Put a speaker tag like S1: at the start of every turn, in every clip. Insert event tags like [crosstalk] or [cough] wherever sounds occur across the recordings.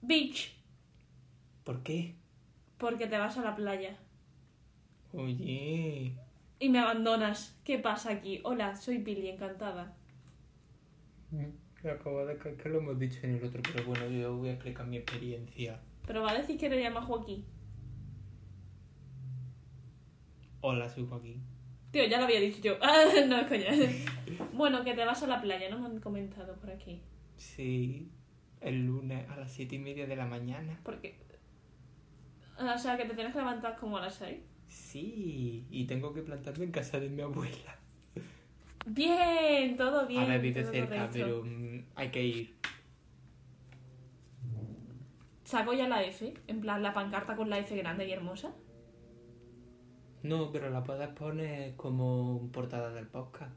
S1: Beach.
S2: ¿Por qué?
S1: Porque te vas a la playa.
S2: Oye.
S1: Y me abandonas. ¿Qué pasa aquí? Hola, soy Pili, encantada.
S2: Me Mm, acabo de caer que lo hemos dicho en el otro, pero bueno, yo voy a explicar mi experiencia.
S1: Pero va a decir que le llama Joaquín.
S2: Hola, soy Joaquín.
S1: Tío, ya lo había dicho yo. [laughs] Ah, no,
S2: [laughs]
S1: coña. Bueno, que te vas a la playa, no me han comentado por aquí.
S2: Sí, el lunes a las siete y media de la mañana.
S1: Porque. O sea, que te tienes que levantar como a las 6.
S2: Sí, y tengo que plantarme en casa de mi abuela.
S1: Bien, todo bien.
S2: a ver, vive
S1: todo
S2: cerca,
S1: correcto.
S2: pero mm, hay que ir.
S1: ¿Saco ya la F? En plan, la pancarta con la F grande y hermosa.
S2: No, pero la puedes poner como portada del podcast.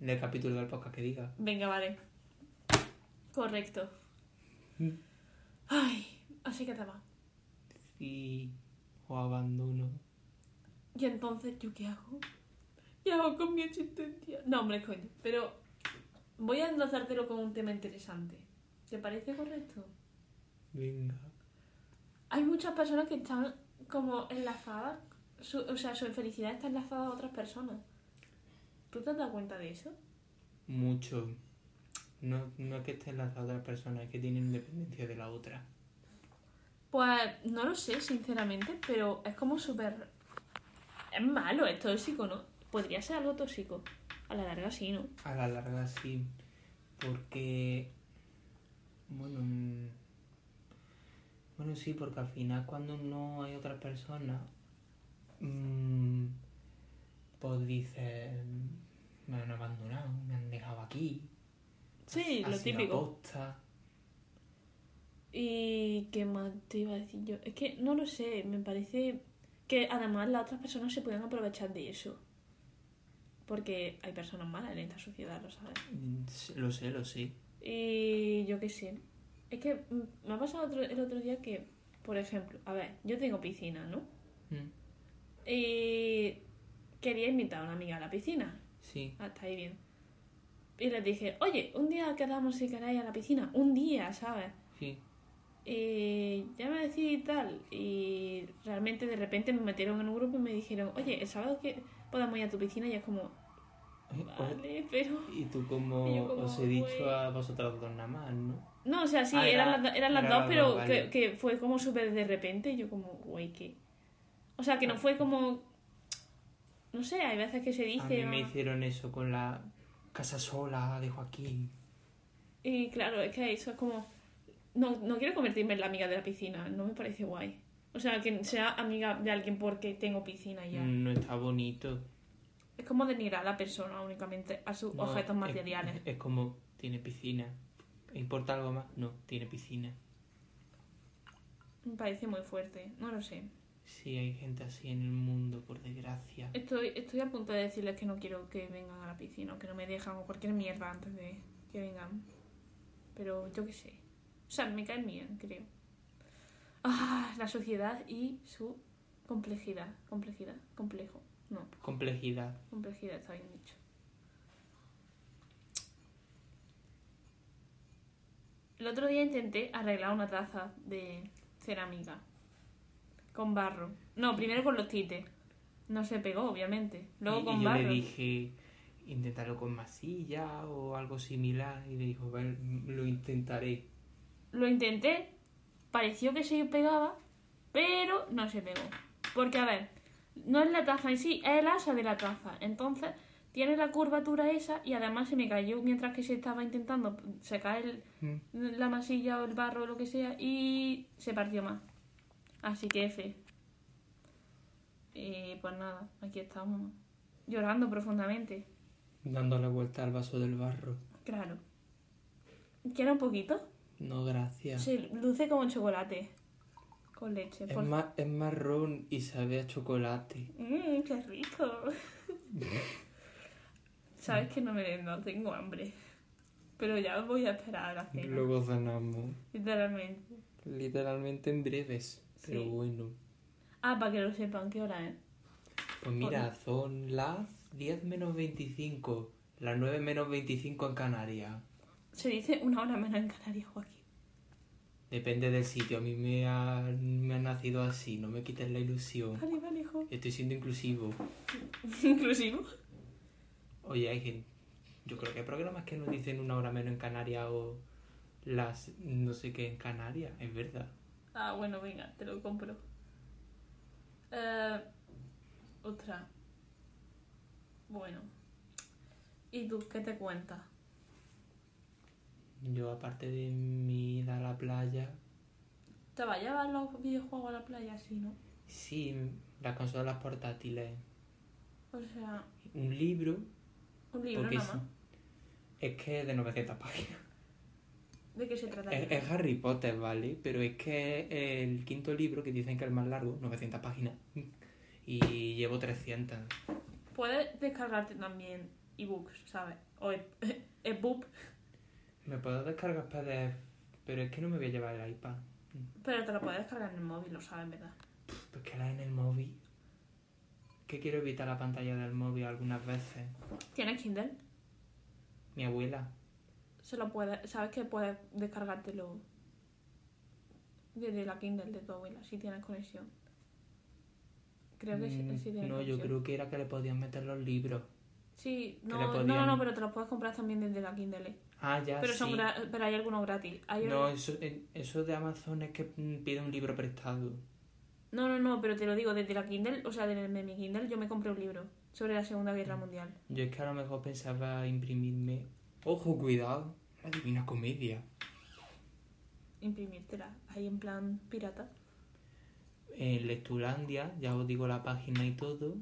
S2: Del capítulo del podcast que diga.
S1: Venga, vale. Correcto.
S2: Mm.
S1: Ay, así que te va.
S2: Sí, o abandono.
S1: Y entonces, ¿yo qué hago? ¿Qué hago con mi existencia? No, hombre, coño. Pero voy a enlazártelo con un tema interesante. ¿Te parece correcto?
S2: Venga.
S1: Hay muchas personas que están como enlazadas. Su- o sea, su infelicidad está enlazada a otras personas. ¿Tú te has dado cuenta de eso?
S2: Mucho. No, no es que estén las otras personas, es que tienen dependencia de la otra.
S1: Pues no lo sé, sinceramente, pero es como súper... Es malo, es tóxico, ¿no? Podría ser algo tóxico. A la larga sí, ¿no?
S2: A la larga sí. Porque. Bueno. mm, Bueno, sí, porque al final cuando no hay otra persona. mm, pues dices. Me han abandonado, me han dejado aquí.
S1: Sí,
S2: ha
S1: lo
S2: sido
S1: típico.
S2: aposta.
S1: Y qué más te iba a decir yo. Es que no lo sé, me parece que además las otras personas se pueden aprovechar de eso. Porque hay personas malas en esta sociedad, lo sabes.
S2: Mm, sí, Lo sé, lo sé.
S1: Y yo qué sé. Es que mm, me ha pasado otro- el otro día que, por ejemplo, a ver, yo tengo piscina, ¿no?
S2: Mm,
S1: Y quería invitar a una amiga a la piscina.
S2: Sí.
S1: Hasta ahí bien. Y les dije, oye, un día quedamos si queréis a la piscina. Un día, ¿sabes?
S2: Sí.
S1: Y eh, ya me decía y tal. Y realmente de repente me metieron en un grupo y me dijeron, oye, el sábado que podamos ir a tu piscina. Y es como,
S2: Eh, o-
S1: vale, pero.
S2: Y tú como,
S1: Y yo como,
S2: os he dicho
S1: "Uy".
S2: a vosotras dos nada más, ¿no?
S1: No, o sea, sí,
S2: Ah, era-
S1: eran, las, do- eran las
S2: eran
S1: dos,
S2: las
S1: pero
S2: dos,
S1: que,
S2: vale.
S1: que fue como súper de repente. y Yo, como, güey, ¿qué? O sea, que no fue como. No sé, hay veces que se
S2: Ah. a
S1: dice.
S2: mí me
S1: ¿no?
S2: hicieron eso con la casa sola de Joaquín.
S1: Y claro, es que eso es como. No, no quiero convertirme en la amiga de la piscina, no me parece guay. O sea, que sea amiga de alguien porque tengo piscina ya.
S2: No está bonito.
S1: Es como denigrar a la persona únicamente a sus
S2: No, eh,
S1: objetos
S2: es-
S1: materiales.
S2: Es, como, tiene piscina. ¿Importa algo más? No, tiene piscina.
S1: Me parece muy fuerte, no lo sé.
S2: Sí, hay gente así en el mundo, por desgracia.
S1: Estoy, estoy a punto de decirles que no quiero que vengan a la piscina o que no me dejan o cualquier mierda antes de que vengan. Pero yo qué sé. O sea, me caen bien, creo. Ah, la sociedad y su complejidad. Complejidad, complejo. No,
S2: Complejidad.
S1: complejidad está bien dicho. El otro día intenté arreglar una taza de cerámica con barro. No, primero con los tites. No se pegó, obviamente. Luego
S2: y,
S1: con
S2: y yo
S1: barro.
S2: le dije, inténtalo con masilla o algo similar. Y le dijo, "Vale, lo intentaré.
S1: Lo intenté, pareció que se pegaba, pero no se pegó. Porque, a ver, no es la taza en sí, es el asa de la taza. Entonces, tiene la curvatura esa y además se me cayó mientras que se estaba intentando secar el,
S2: Mm.
S1: la masilla o el barro o lo que sea y se partió más. Así que F. Y pues nada, aquí estamos. Llorando profundamente.
S2: Dando la vuelta al vaso del barro.
S1: Claro. ¿Quieres un poquito?
S2: No, gracias.
S1: Se luce como chocolate. Con leche.
S2: Es,
S1: por-
S2: ma- es marrón y sabe a chocolate.
S1: Mmm, qué rico. Sabes que no me no tengo hambre. Pero ya voy a esperar a la cena.
S2: Luego cenamos.
S1: Literalmente.
S2: Literalmente en breves. Pero
S1: Sí.
S2: bueno.
S1: Ah, para que lo sepan, ¿qué hora es?
S2: Pues mira, son las 10 menos 25. Las 9 menos 25 en Canarias.
S1: Se dice una hora menos en Canarias, Joaquín.
S2: Depende del sitio. A mí me ha, me ha nacido así. No me quites la ilusión.
S1: Vale, vale, hijo.
S2: Estoy siendo inclusivo.
S1: [laughs] Inclusivo.
S2: Oye, hay gente. Yo creo que hay programas que nos dicen una hora menos en Canarias o las no sé qué en Canarias, es verdad.
S1: Ah, bueno, venga, te lo compro. Eh, otra. Bueno. ¿Y tú qué te cuentas?
S2: Yo, aparte de mi ir a la playa,
S1: ¿Te vas a llevar los videojuegos a la playa sí, no?
S2: sí, las consolas portátiles,
S1: O sea,
S2: un libro,
S1: un libro
S2: porque
S1: nada
S2: sí.
S1: más.
S2: es que es de 900 páginas.
S1: ¿De qué se trata?
S2: Es, es Harry Potter, ¿vale? Pero es que el quinto libro, que dicen que es el más largo, 900 páginas, y llevo 300.
S1: Puedes descargarte también ebooks, ¿sabes? O e- [laughs] ebook,
S2: Me puedo descargar PDF, pero es que no me voy a llevar el iPad.
S1: pero te lo puedes descargar en el móvil, lo sabes, ¿verdad?
S2: Pues que la en el móvil. Que quiero evitar la pantalla del móvil algunas veces.
S1: ¿Tienes Kindle?
S2: Mi abuela.
S1: se lo puede, sabes que puedes descargártelo desde la Kindle de tu abuela si tienes conexión. Creo que sí,
S2: Mm,
S1: sí tienes
S2: no, yo
S1: conexión.
S2: creo que era que le podían meter los libros.
S1: Sí,
S2: le
S1: no, no,
S2: podían-
S1: no, no, pero te los puedes comprar también desde la Kindle. eh.
S2: Ah, ya,
S1: pero,
S2: sí.
S1: son gra- pero hay algunos gratis. Hay
S2: No,
S1: otros-
S2: eso, en- eso de Amazon es que mm, pide un libro prestado.
S1: no, no, no, pero te lo digo, desde la Kindle, o sea, desde mi Kindle, yo me compré un libro sobre la Segunda
S2: Mm.
S1: Guerra Mundial.
S2: Yo es que a lo mejor pensaba imprimirme. Ojo, cuidado. La divina comedia.
S1: Imprimírtela, ahí en plan pirata.
S2: En Lectulandia, ya os digo la página y todo,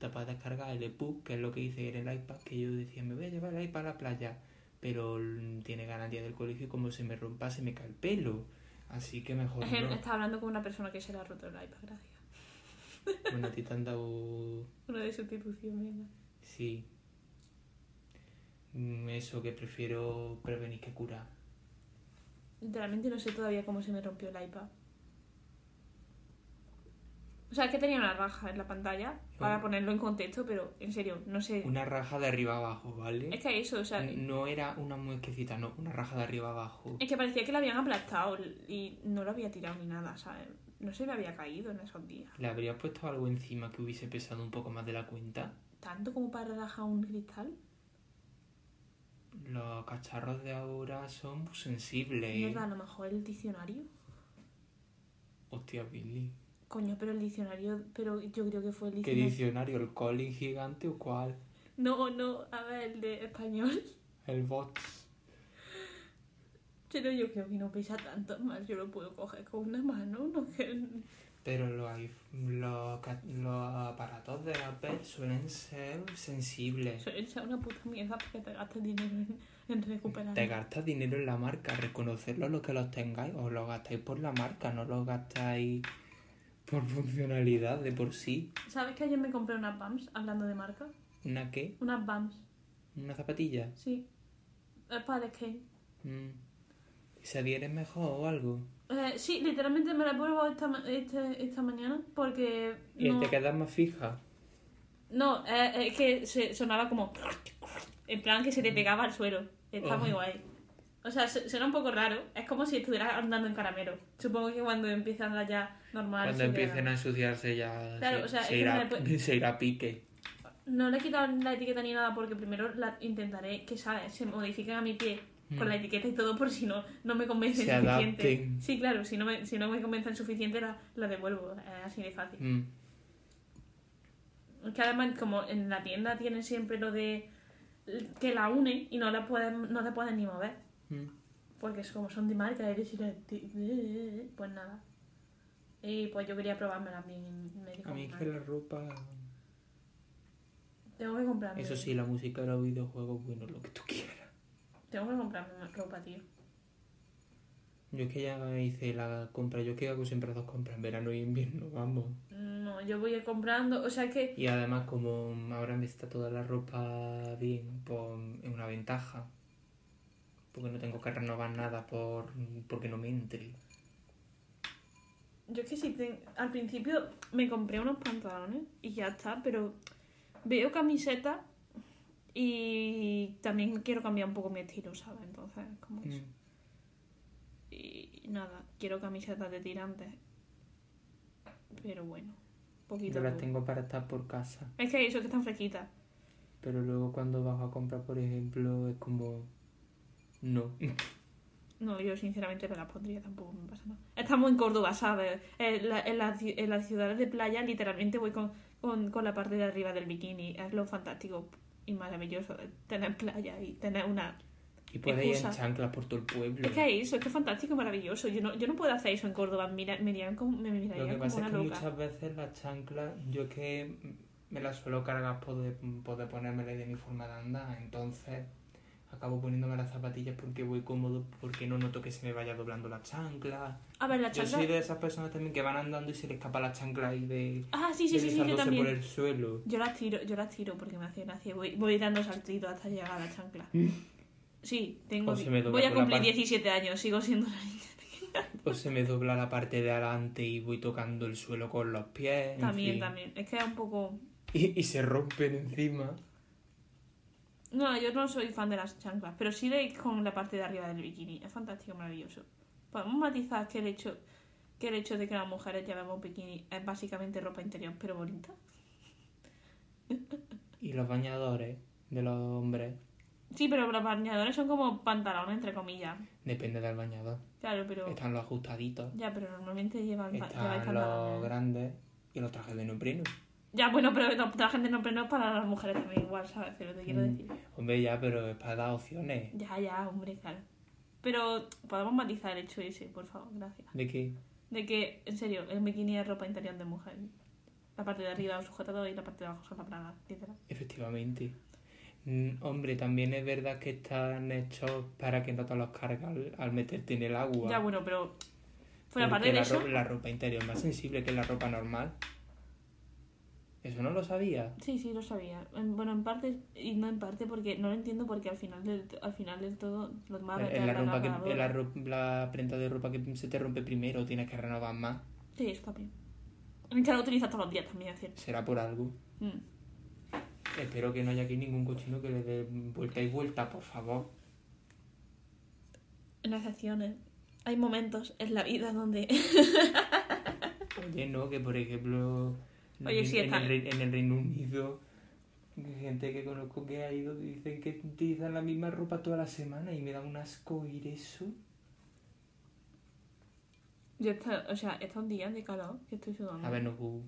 S2: te puedes descargar el ebook, que es lo que hice en el iPad, que yo decía, me voy a llevar el iPad a la playa, pero mm, tiene garantía del colegio y como se me rompa se me cae el pelo. Así que mejor Pues
S1: [laughs]
S2: no.
S1: Estaba hablando con una persona que se le ha roto el iPad, gracias.
S2: Bueno, a ti te han dado...
S1: Una de sustitución, venga.
S2: Sí. Mm, Eso que prefiero prevenir que curar.
S1: Literalmente no sé todavía cómo se me rompió el iPad. O sea, es que tenía una raja en la pantalla, para
S2: Ah.
S1: ponerlo en contexto, pero en serio, no sé.
S2: Una raja de arriba abajo, ¿vale?
S1: Es que eso, o sea,
S2: N- No era una muesquecita, no, una raja de arriba abajo.
S1: es que parecía que la habían aplastado y no lo había tirado ni nada, ¿sabes? No se me había caído en esos días.
S2: ¿Le habrías puesto algo encima que hubiese pesado un poco más de la cuenta?
S1: ¿Tanto como para rajar un cristal?
S2: Los cacharros de ahora son muy sensibles.
S1: Mierda, a lo mejor el diccionario.
S2: Hostia, Billy.
S1: Coño, pero el diccionario, pero yo creo que fue el
S2: ¿Qué
S1: diccionario.
S2: diccionario? ¿El Colin gigante o cuál?
S1: No, no, a ver, el de español. [laughs]
S2: El bot.
S1: Pero yo creo que no pesa tanto más, yo lo puedo coger con una mano, no que
S2: Pero los, iPh- los, ca- los aparatos de Apple suelen ser sensibles.
S1: Eso es una puta mierda porque te gastas dinero en, en recuperar.
S2: Te gastas dinero en la marca, reconocerlo lo que los tengáis, os lo gastáis por la marca, no lo gastáis por funcionalidad de por sí.
S1: ¿Sabes que ayer me compré unas BAMS, hablando de marca?
S2: ¿Una qué?
S1: Unas BAMS,
S2: ¿Una zapatilla?
S1: sí. Es para el skate.
S2: Mm. ¿Se adhieren mejor o algo?
S1: Eh, sí, literalmente me las he probado esta, ma- este- esta mañana porque...
S2: ¿Y
S1: No,
S2: te quedas más fija?
S1: no eh, es que se, sonaba como... En plan que se te pegaba al suelo. Está muy
S2: Ujú.
S1: guay. O sea, su- suena un poco raro. Es como si estuvieras andando en caramelo. Supongo que cuando empiezan a ya normal...
S2: Cuando
S1: se te
S2: empiecen a ensuciarse ya
S1: Claro,
S2: se,
S1: o sea,
S2: se
S1: es que
S2: irá,
S1: no le
S2: [laughs] se irá a pique.
S1: No le he quitado la etiqueta ni nada porque primero la intentaré que ¿sabes? se modifiquen a mi pie con
S2: Mm.
S1: la etiqueta y todo por si no, no me convencen
S2: Se
S1: suficiente.
S2: adapten.
S1: Sí, claro, si no me, si no me convencen suficiente la, la devuelvo, eh, así de fácil.
S2: Mm.
S1: Es Que además como en la tienda tienen siempre lo de que la une y no la pueden, no te pueden ni mover.
S2: Mm.
S1: Porque es como son de marca, eres y la- pues nada. Y pues yo quería probármela bien y me dijo,
S2: A mí es
S1: "Vale,
S2: que la ropa...
S1: tengo que comprarme.
S2: Eso sí, la música, los videojuegos, bueno, lo que tú quieras.
S1: Tengo que comprarme más ropa, tío.
S2: Yo es que ya hice la compra, yo es que hago siempre dos compras, en verano y invierno, vamos.
S1: No, yo voy a ir comprando, o sea que
S2: Y además como ahora me está toda la ropa bien, pues es una ventaja. Porque no tengo que renovar nada por porque no me entre.
S1: yo es que si ten- al principio me compré unos pantalones y ya está, pero veo camiseta y también quiero cambiar un poco mi estilo, ¿sabes? Entonces, como eso.
S2: Mm.
S1: Y nada, quiero camisetas de tirantes. Pero bueno, poquito.
S2: Yo
S1: a
S2: las
S1: poco.
S2: tengo para estar por casa.
S1: Es que hay eso que están fresquitas.
S2: Pero luego cuando vas a comprar, por ejemplo, es como... No.
S1: No, yo sinceramente me las pondría, tampoco me pasa nada. Estamos en Córdoba, ¿sabes? En, la- en las ci- en las ciudades de playa literalmente voy con, con, con la parte de arriba del bikini. Es lo fantástico y maravilloso de tener playa y tener una...
S2: Y puedes ir en
S1: Excusa.
S2: chanclas por todo el pueblo.
S1: Es que hay eso, es que es fantástico y maravilloso. Yo no, yo no puedo hacer eso en Córdoba, mira- me, dirían como- me
S2: Lo que
S1: mirarían como
S2: pasa es
S1: una
S2: que
S1: loca.
S2: muchas veces las chanclas, yo es que me las suelo cargar por de, por de ponérmelas y de mi forma de andar, entonces acabo poniéndome las zapatillas porque voy cómodo, porque no noto que se me vaya doblando la chancla.
S1: A ver, la
S2: Yo
S1: chancla...
S2: soy de esas personas también que van andando y se les escapa la chancla y de
S1: Ah, sí, sí, sí, sí, yo
S2: deslizándose
S1: también.
S2: por el suelo.
S1: Yo las tiro, yo las tiro porque me hace gracia. Voy, voy dando saltitos hasta llegar a la
S2: [laughs]
S1: chancla. Sí, tengo.
S2: O se me dobla
S1: Voy a
S2: por la
S1: cumplir
S2: parte.
S1: 17 años, sigo siendo una niña.
S2: O se me dobla la parte de adelante y voy tocando el suelo con los pies. en
S1: También,
S2: fin.
S1: también. Es que es un poco.
S2: Y, y se rompen encima.
S1: No, yo no soy fan de las chanclas, pero sí de ir con la parte de arriba del bikini. Es fantástico, maravilloso. Podemos matizar que el hecho que el hecho de que las mujeres llevemos bikini es básicamente ropa interior, pero bonita.
S2: Y los bañadores de los hombres.
S1: Sí, pero los bañadores son como pantalones, entre comillas.
S2: Depende del bañador.
S1: Claro, pero.
S2: Están los ajustaditos.
S1: Ya, pero normalmente llevan, pa- lleváis
S2: Están los
S1: pantalones.
S2: grandes y los trajes de neopreno.
S1: Ya, bueno, pero no, la gente no, pero no es para las mujeres también igual, ¿sabes? Pero te quiero
S2: Mm.
S1: decir.
S2: Hombre, ya, pero es para dar opciones.
S1: Ya, ya, hombre, claro. Pero podemos matizar el hecho ese, por favor, gracias.
S2: ¿De qué?
S1: De que, en serio, el bikini es ropa interior de mujer. La parte de arriba es sujetador y la parte de abajo son la braga, etcétera.
S2: Efectivamente. Mm, hombre, también es verdad que están hechos para que no te los cargas al, al meterte en el agua.
S1: Ya, bueno, pero. Fuera
S2: Porque
S1: parte de
S2: la,
S1: eso.
S2: ro- la ropa interior es más sensible que la ropa normal. Eso no lo sabía.
S1: Sí, sí, lo sabía. En- bueno, en parte y no en parte porque no lo entiendo porque al final del, al final del todo los más
S2: Es
S1: es
S2: Eh, la, ropa que, es la, ro- la prenda de ropa que se te rompe primero, tienes que renovar más.
S1: Sí, eso también. Y que la utilizas todos los días también, es cierto.
S2: Será por algo.
S1: Mm.
S2: Espero que no haya aquí ningún cochino que le dé vuelta y vuelta, por favor.
S1: en las acciones. Hay momentos en la vida donde. [laughs]
S2: Oye, no, que por ejemplo en,
S1: Oye,
S2: el-
S1: sí,
S2: en
S1: está-
S2: el, Rein- en el Reino Unido, gente que conozco que ha ido dicen que utilizan la misma ropa toda la semana y me da un asco oír eso.
S1: Yo está, o sea, está un día de calor que estoy sudando.
S2: A ver, no jugo,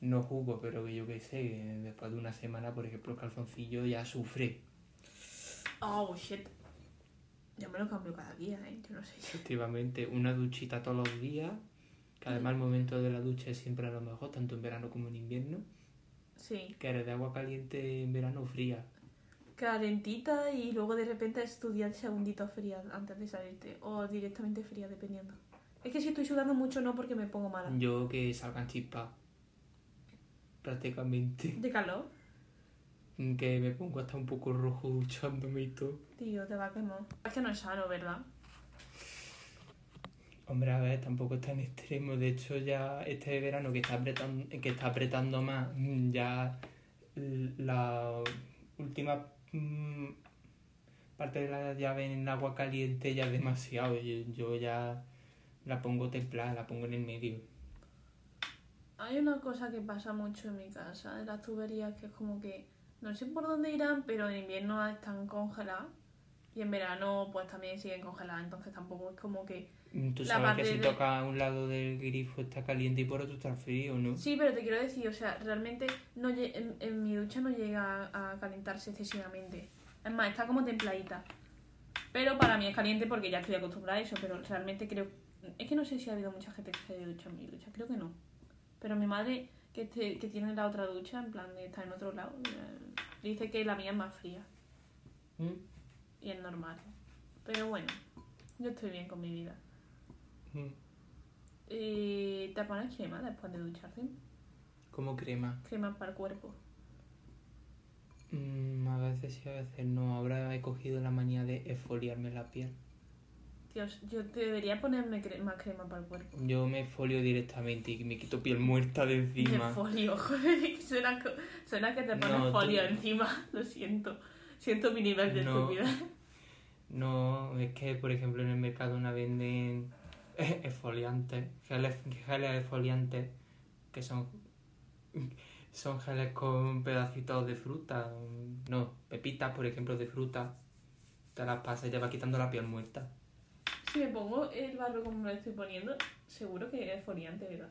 S2: no jugo, pero que yo qué sé, que después de una semana, por ejemplo, el calzoncillo ya sufre.
S1: Oh, shit. Yo me lo cambio cada día, ¿eh? Yo no sé.
S2: Efectivamente, una duchita todos los días, que además el momento de la ducha es siempre a lo mejor, tanto en verano como en invierno,
S1: Sí.
S2: que eres de agua caliente en verano o fría.
S1: Calentita y luego de repente estudiar segunditos fría antes de salirte. O directamente fría, dependiendo. Es que si estoy sudando mucho, no porque me pongo mala.
S2: Yo que salgan chispas. Prácticamente. [laughs]
S1: ¿De calor?
S2: Que me pongo hasta un poco rojo duchándome y todo.
S1: Tío, te va a quemar. Es que no es sano, ¿verdad?
S2: Hombre, a ver, tampoco es tan extremo. De hecho, ya este verano que está apretando, que está apretando más, mm, ya l- la última mm, parte de la llave en agua caliente ya es demasiado. Yo, yo ya la pongo templada, la pongo en el medio.
S1: Hay una cosa que pasa mucho en mi casa, de las tuberías, que es como que no sé por dónde irán, pero en invierno están congeladas y en verano pues también siguen congeladas, entonces tampoco es como que...
S2: Mm, Tú
S1: La
S2: sabes que
S1: parte
S2: si
S1: de-
S2: toca un lado del grifo está caliente y por otro está frío, ¿no?
S1: Sí, pero te quiero decir, o sea, realmente no lle- en, en mi ducha no llega a, a calentarse excesivamente. Es más, está como templadita. Pero para mí es caliente porque ya estoy acostumbrada a eso, pero realmente creo... Es que no sé si ha habido mucha gente que se haya ducha en mi ducha, creo que no. Pero mi madre, que, este- que tiene la otra ducha, en plan de estar en otro lado, eh, dice que la mía es más fría
S2: Mm.
S1: y es normal. Pero bueno, yo estoy bien con mi vida.
S2: Mm.
S1: ¿Y te pones crema después de ducharte?
S2: Como crema.
S1: Crema para el cuerpo.
S2: Mm, a veces sí, a veces no. Ahora he cogido la manía de esfoliarme la piel.
S1: Dios, yo debería ponerme cre- más crema para el cuerpo.
S2: Yo me esfolio directamente y me quito piel muerta de
S1: De
S2: encima.
S1: folio, [laughs] joder, que suena, co- suena que te pones
S2: No, tú-
S1: folio encima, [laughs] lo siento. Siento mi nivel de
S2: No.
S1: estupidez. [laughs]
S2: No, es que por ejemplo en el mercado una venden [laughs] esfoliantes, geles, geles esfoliantes, que son, son geles con pedacitos de fruta, no, pepitas, por ejemplo, de fruta, te las pasas y te va quitando la piel muerta.
S1: Si me pongo el barro como me lo estoy poniendo, seguro que es foliante, ¿verdad?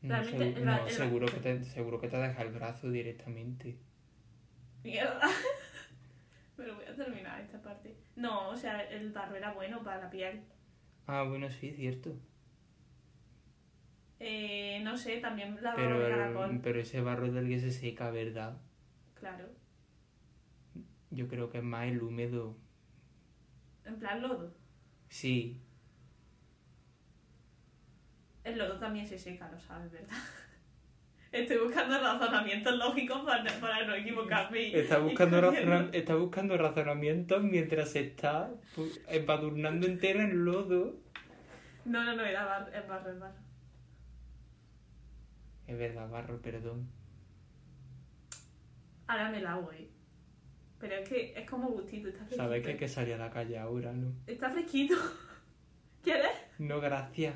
S2: No,
S1: Realmente,
S2: segu-
S1: el ba-
S2: no,
S1: el ba-
S2: seguro, que te, seguro que te deja el brazo directamente.
S1: Mierda. [laughs] Pero voy a terminar esta parte. No, o sea, el barro era bueno para la piel.
S2: Ah, bueno, sí, cierto.
S1: Eh, no sé, también la barro
S2: Pero,
S1: de
S2: el-
S1: caracol.
S2: pero ese barro del que se seca, ¿verdad?
S1: Claro.
S2: Yo creo que es más el húmedo.
S1: En plan lodo.
S2: Sí,
S1: El lodo también se seca, lo sabes, ¿verdad? [laughs] Estoy buscando razonamientos lógicos para, para no equivocarme.
S2: [laughs]
S1: y- [laughs]
S2: está
S1: y
S2: buscando,
S1: cambiarlo.
S2: razona- está buscando razonamientos mientras se está pu- empadurnando entera en lodo.
S1: No, no, no, era barro, es barro, es barro.
S2: Es verdad, barro, perdón.
S1: Ahora me la voy. Pero es que es como gustito, está fresquito. eh.
S2: Sabes que hay que salir a la calle ahora, ¿no?
S1: Está fresquito. [laughs] ¿Quieres?
S2: No, gracias.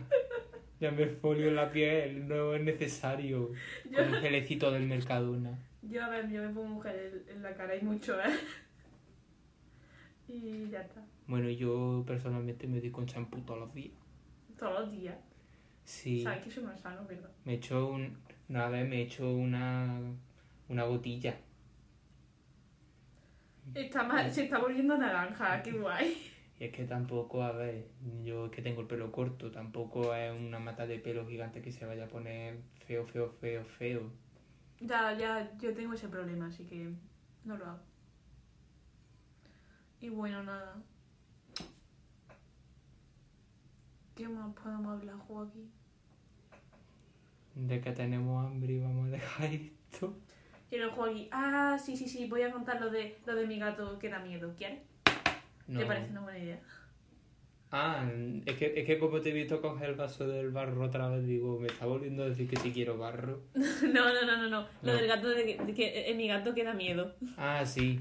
S2: Ya me folio la piel, no es necesario.
S1: Yo,
S2: Con el gelecito del Mercadona.
S1: yo, a ver, yo me pongo mujer en, en la cara y mucho, ¿eh? [laughs] Y ya está.
S2: Bueno, yo personalmente me doy con champú todos los días.
S1: Todos los días.
S2: Sí,
S1: Sabes que soy más sano, ¿verdad?
S2: me echo un... Una vez me echo una... Una gotilla.
S1: Está más, se está volviendo naranja, qué guay.
S2: Y es que tampoco, a ver, yo es que tengo el pelo corto, tampoco es una mata de pelo gigante que se vaya a poner feo, feo, feo, feo.
S1: Ya, ya, yo tengo ese problema, así que no lo hago. Y bueno, nada. ¿Qué más podemos hablar, Joaquín?
S2: De que tenemos hambre y vamos a dejar [laughs] esto.
S1: Quiero Joaquín. Ah, sí, sí, sí, voy a contar lo de, lo de mi gato que da miedo. ¿Quieres?
S2: No.
S1: ¿Te parece una buena idea? [laughs]
S2: Ah, es que, es que como te he visto coger el vaso del barro otra vez, digo, me está volviendo a decir que si quiero barro.
S1: No, no, no, no, no. Lo
S2: No.
S1: del gato de que, de que- eh, mi gato que da miedo.
S2: Ah, sí.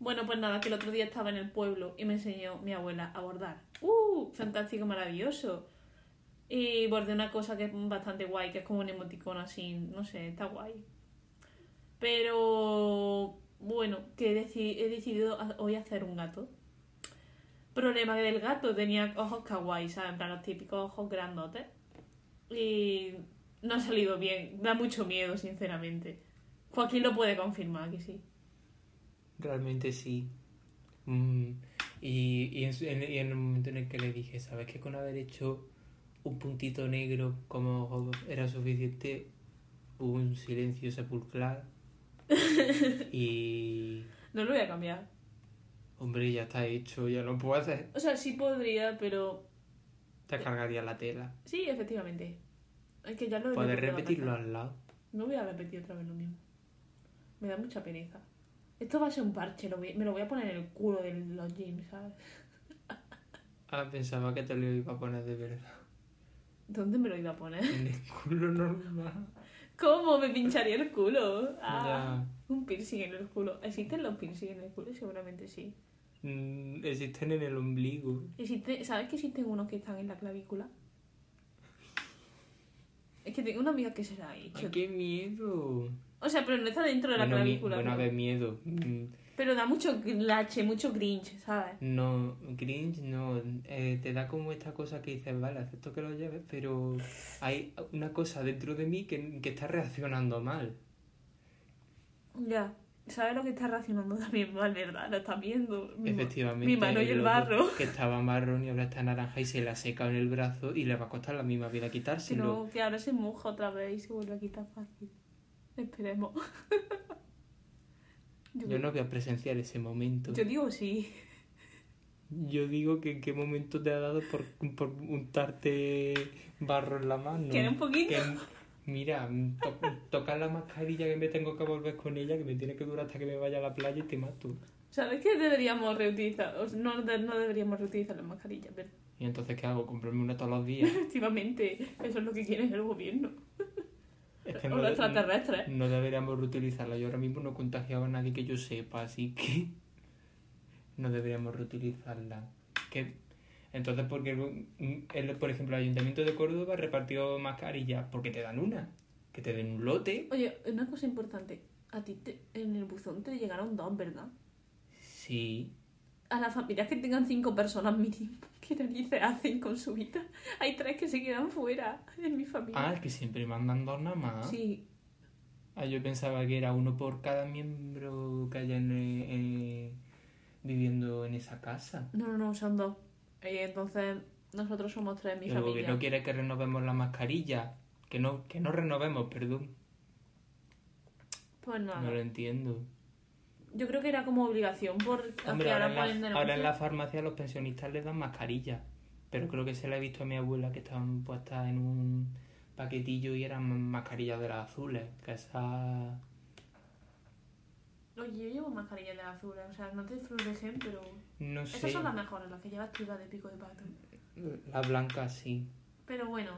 S1: Bueno, pues nada, que el otro día estaba en el pueblo y me enseñó mi abuela a bordar. ¡Uh! Fantástico, maravilloso. Y bordé una cosa que es bastante guay, que es como un emoticono así, no sé, está guay. Pero bueno, que he, deci- he decidido ha- hoy hacer un gato. Problema del gato, tenía ojos kawaii, ¿sabes? En plan, los típicos ojos grandotes. Y no ha salido bien, da mucho miedo, sinceramente. Joaquín lo puede confirmar, que sí.
S2: Realmente sí. Mm, y, y en, su- en- y en el momento en el que le dije, ¿sabes que con haber hecho un puntito negro como ojo era suficiente? Hubo un
S1: [laughs]
S2: silencio sepulcral. y.
S1: No lo voy a cambiar.
S2: Hombre, ya está hecho, ya lo puedo hacer.
S1: O sea, sí podría, pero
S2: Te cargaría la tela.
S1: sí, efectivamente. Es que ya lo he
S2: Puedes
S1: repetido
S2: repetirlo
S1: bastante.
S2: al lado.
S1: No voy a repetir otra vez lo mismo. Me da mucha pereza. Esto va a ser un parche, lo voy- me lo voy a poner en el culo de los jeans, ¿sabes?
S2: Ah, pensaba que te lo iba a poner de verdad.
S1: ¿Dónde me lo iba a poner? [laughs]
S2: En el [laughs] culo normal.
S1: ¿Cómo? Me pincharía el culo. Ah,
S2: Ya.
S1: un piercing en el culo. ¿Existen los piercing en el culo? Seguramente sí.
S2: Mm, existen en el ombligo.
S1: Existe- ¿Sabes que existen unos que están en la clavícula? Es que tengo una amiga que se la ha
S2: Ay,
S1: hecho.
S2: ¡Qué miedo!
S1: O sea, pero no está dentro de la
S2: Bueno, mi-
S1: clavícula.
S2: bueno, a
S1: pero-
S2: ver, miedo. Mm,
S1: Pero da mucho lache, mucho grinch, ¿sabes?
S2: No, cringe no. Eh, te da como esta cosa que dices, vale, acepto que lo lleves, pero hay una cosa dentro de mí que, que está reaccionando mal.
S1: Ya. ¿Sabes lo que está racionando [laughs] también mal, verdad? Lo estás viendo. Mi ma-
S2: Efectivamente.
S1: Mi mano y el
S2: lodo
S1: barro.
S2: Que estaba marrón y ahora está naranja y se la seca en el brazo y le va a costar la misma vida
S1: Que,
S2: quitárselo.
S1: no, que ahora se moja otra vez y se vuelve a quitar fácil. Esperemos. [laughs] Yo,
S2: Yo no voy a presenciar ese momento.
S1: yo digo sí.
S2: Yo digo que en qué momento te ha dado por, por untarte barro en la mano.
S1: ¿Quieres un poquito?
S2: Que- mira, to- tocar la mascarilla que me tengo que volver con ella, que me tiene que durar hasta que me vaya a la playa y te mato.
S1: ¿Sabes qué deberíamos reutilizar? O sea, no, de- no deberíamos reutilizar las mascarillas, ¿verdad? [laughs]
S2: ¿Y entonces qué hago? ¿Comprarme una todos los días?
S1: Efectivamente, eso es lo que quiere el gobierno.
S2: Es
S1: O
S2: que
S1: los
S2: de-
S1: extraterrestres.
S2: no deberíamos reutilizarla. Yo ahora mismo no he contagiado a nadie que [laughs] yo sepa, así que no deberíamos reutilizarla. Que Entonces, porque el- el- por ejemplo, el Ayuntamiento de Córdoba repartió mascarillas porque te dan una, que te den un lote.
S1: Oye, una cosa importante. A ti te- en el buzón te llegaron dos, ¿verdad?
S2: Sí,
S1: A las familias que tengan cinco personas mínimo, [laughs] ¿qué narices hacen con su vida? Hay tres que se quedan fuera en mi familia.
S2: Ah, que siempre mandan dos nada más.
S1: Sí,
S2: Ah, yo pensaba que era uno por cada miembro que haya en, eh, viviendo en esa casa.
S1: no, no, no, son dos. Eh, entonces, nosotros somos tres en mi
S2: Pero que
S1: familia.
S2: no quiere que renovemos la mascarilla. Que no, que no renovemos, perdón.
S1: Pues nada.
S2: No lo entiendo.
S1: Yo creo que era como obligación por
S2: Hombre,
S1: que
S2: ahora, en la-
S1: ponen denuncia.
S2: ahora en la farmacia los pensionistas les dan mascarilla. Pero
S1: Mm.
S2: creo que se la he visto a mi abuela que estaban puestas en un paquetillo y eran mascarillas de las azules. Que esas
S1: Oye, yo llevo mascarilla de azul, o sea, no te protegen, pero...
S2: No sé.
S1: Esas son las mejores, las que llevas tú, las de pico de pato.
S2: Las blancas sí.
S1: Pero bueno,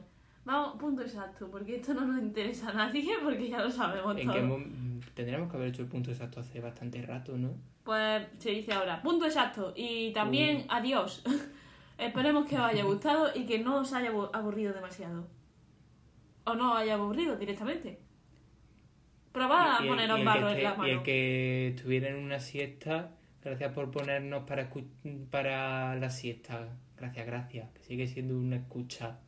S1: vamos, punto exacto, porque esto no nos interesa a nadie, [laughs] porque ya lo sabemos
S2: ¿En
S1: todo.
S2: qué mom- tendríamos que haber hecho el punto exacto hace bastante rato, ¿no?
S1: Pues se dice ahora, punto exacto, y también adiós. [laughs] Esperemos que os haya gustado y que no os haya abu- aburrido demasiado. O no os haya aburrido directamente. Probad
S2: Y-
S1: a
S2: y el- y
S1: poneros
S2: el
S1: barro
S2: que
S1: en
S2: esté-
S1: las
S2: Y
S1: manos.
S2: el que estuviera en una siesta, gracias por ponernos para, escu- para la siesta. Gracias, gracias. Que sigue siendo una escucha.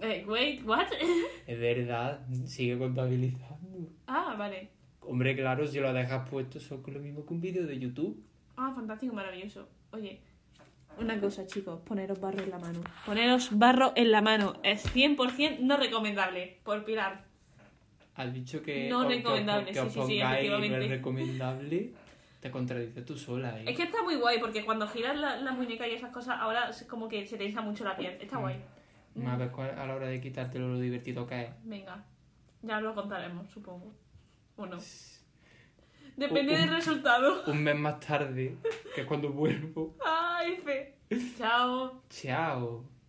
S1: Eh, wait, what? [laughs]
S2: Es verdad, sigue contabilizando.
S1: ah, vale.
S2: Hombre, claro, si lo dejas puesto, eso es lo mismo que un vídeo de YouTube.
S1: Ah, fantástico, maravilloso. Oye, una cosa, chicos, poneros barro en la mano. Poneros barro en la mano. Es 100% no recomendable, por Pilar.
S2: Has dicho que.
S1: No
S2: o- que os-
S1: recomendable,
S2: que os
S1: sí, sí, sí,
S2: pongáis no es
S1: efectivamente.
S2: recomendable. Te contradices tú sola, ¿eh?
S1: Es que está muy guay, porque cuando giras la, la muñeca y esas cosas, ahora es como que se te hincha mucho la piel.
S2: Mm.
S1: Está guay.
S2: Más ves cuál- a la hora de quitártelo lo divertido que es.
S1: Venga, ya lo contaremos, supongo. O no. Depende del resultado. [laughs]
S2: Un mes más tarde, que es cuando vuelvo.
S1: Ay, fe. Chao.
S2: Chao.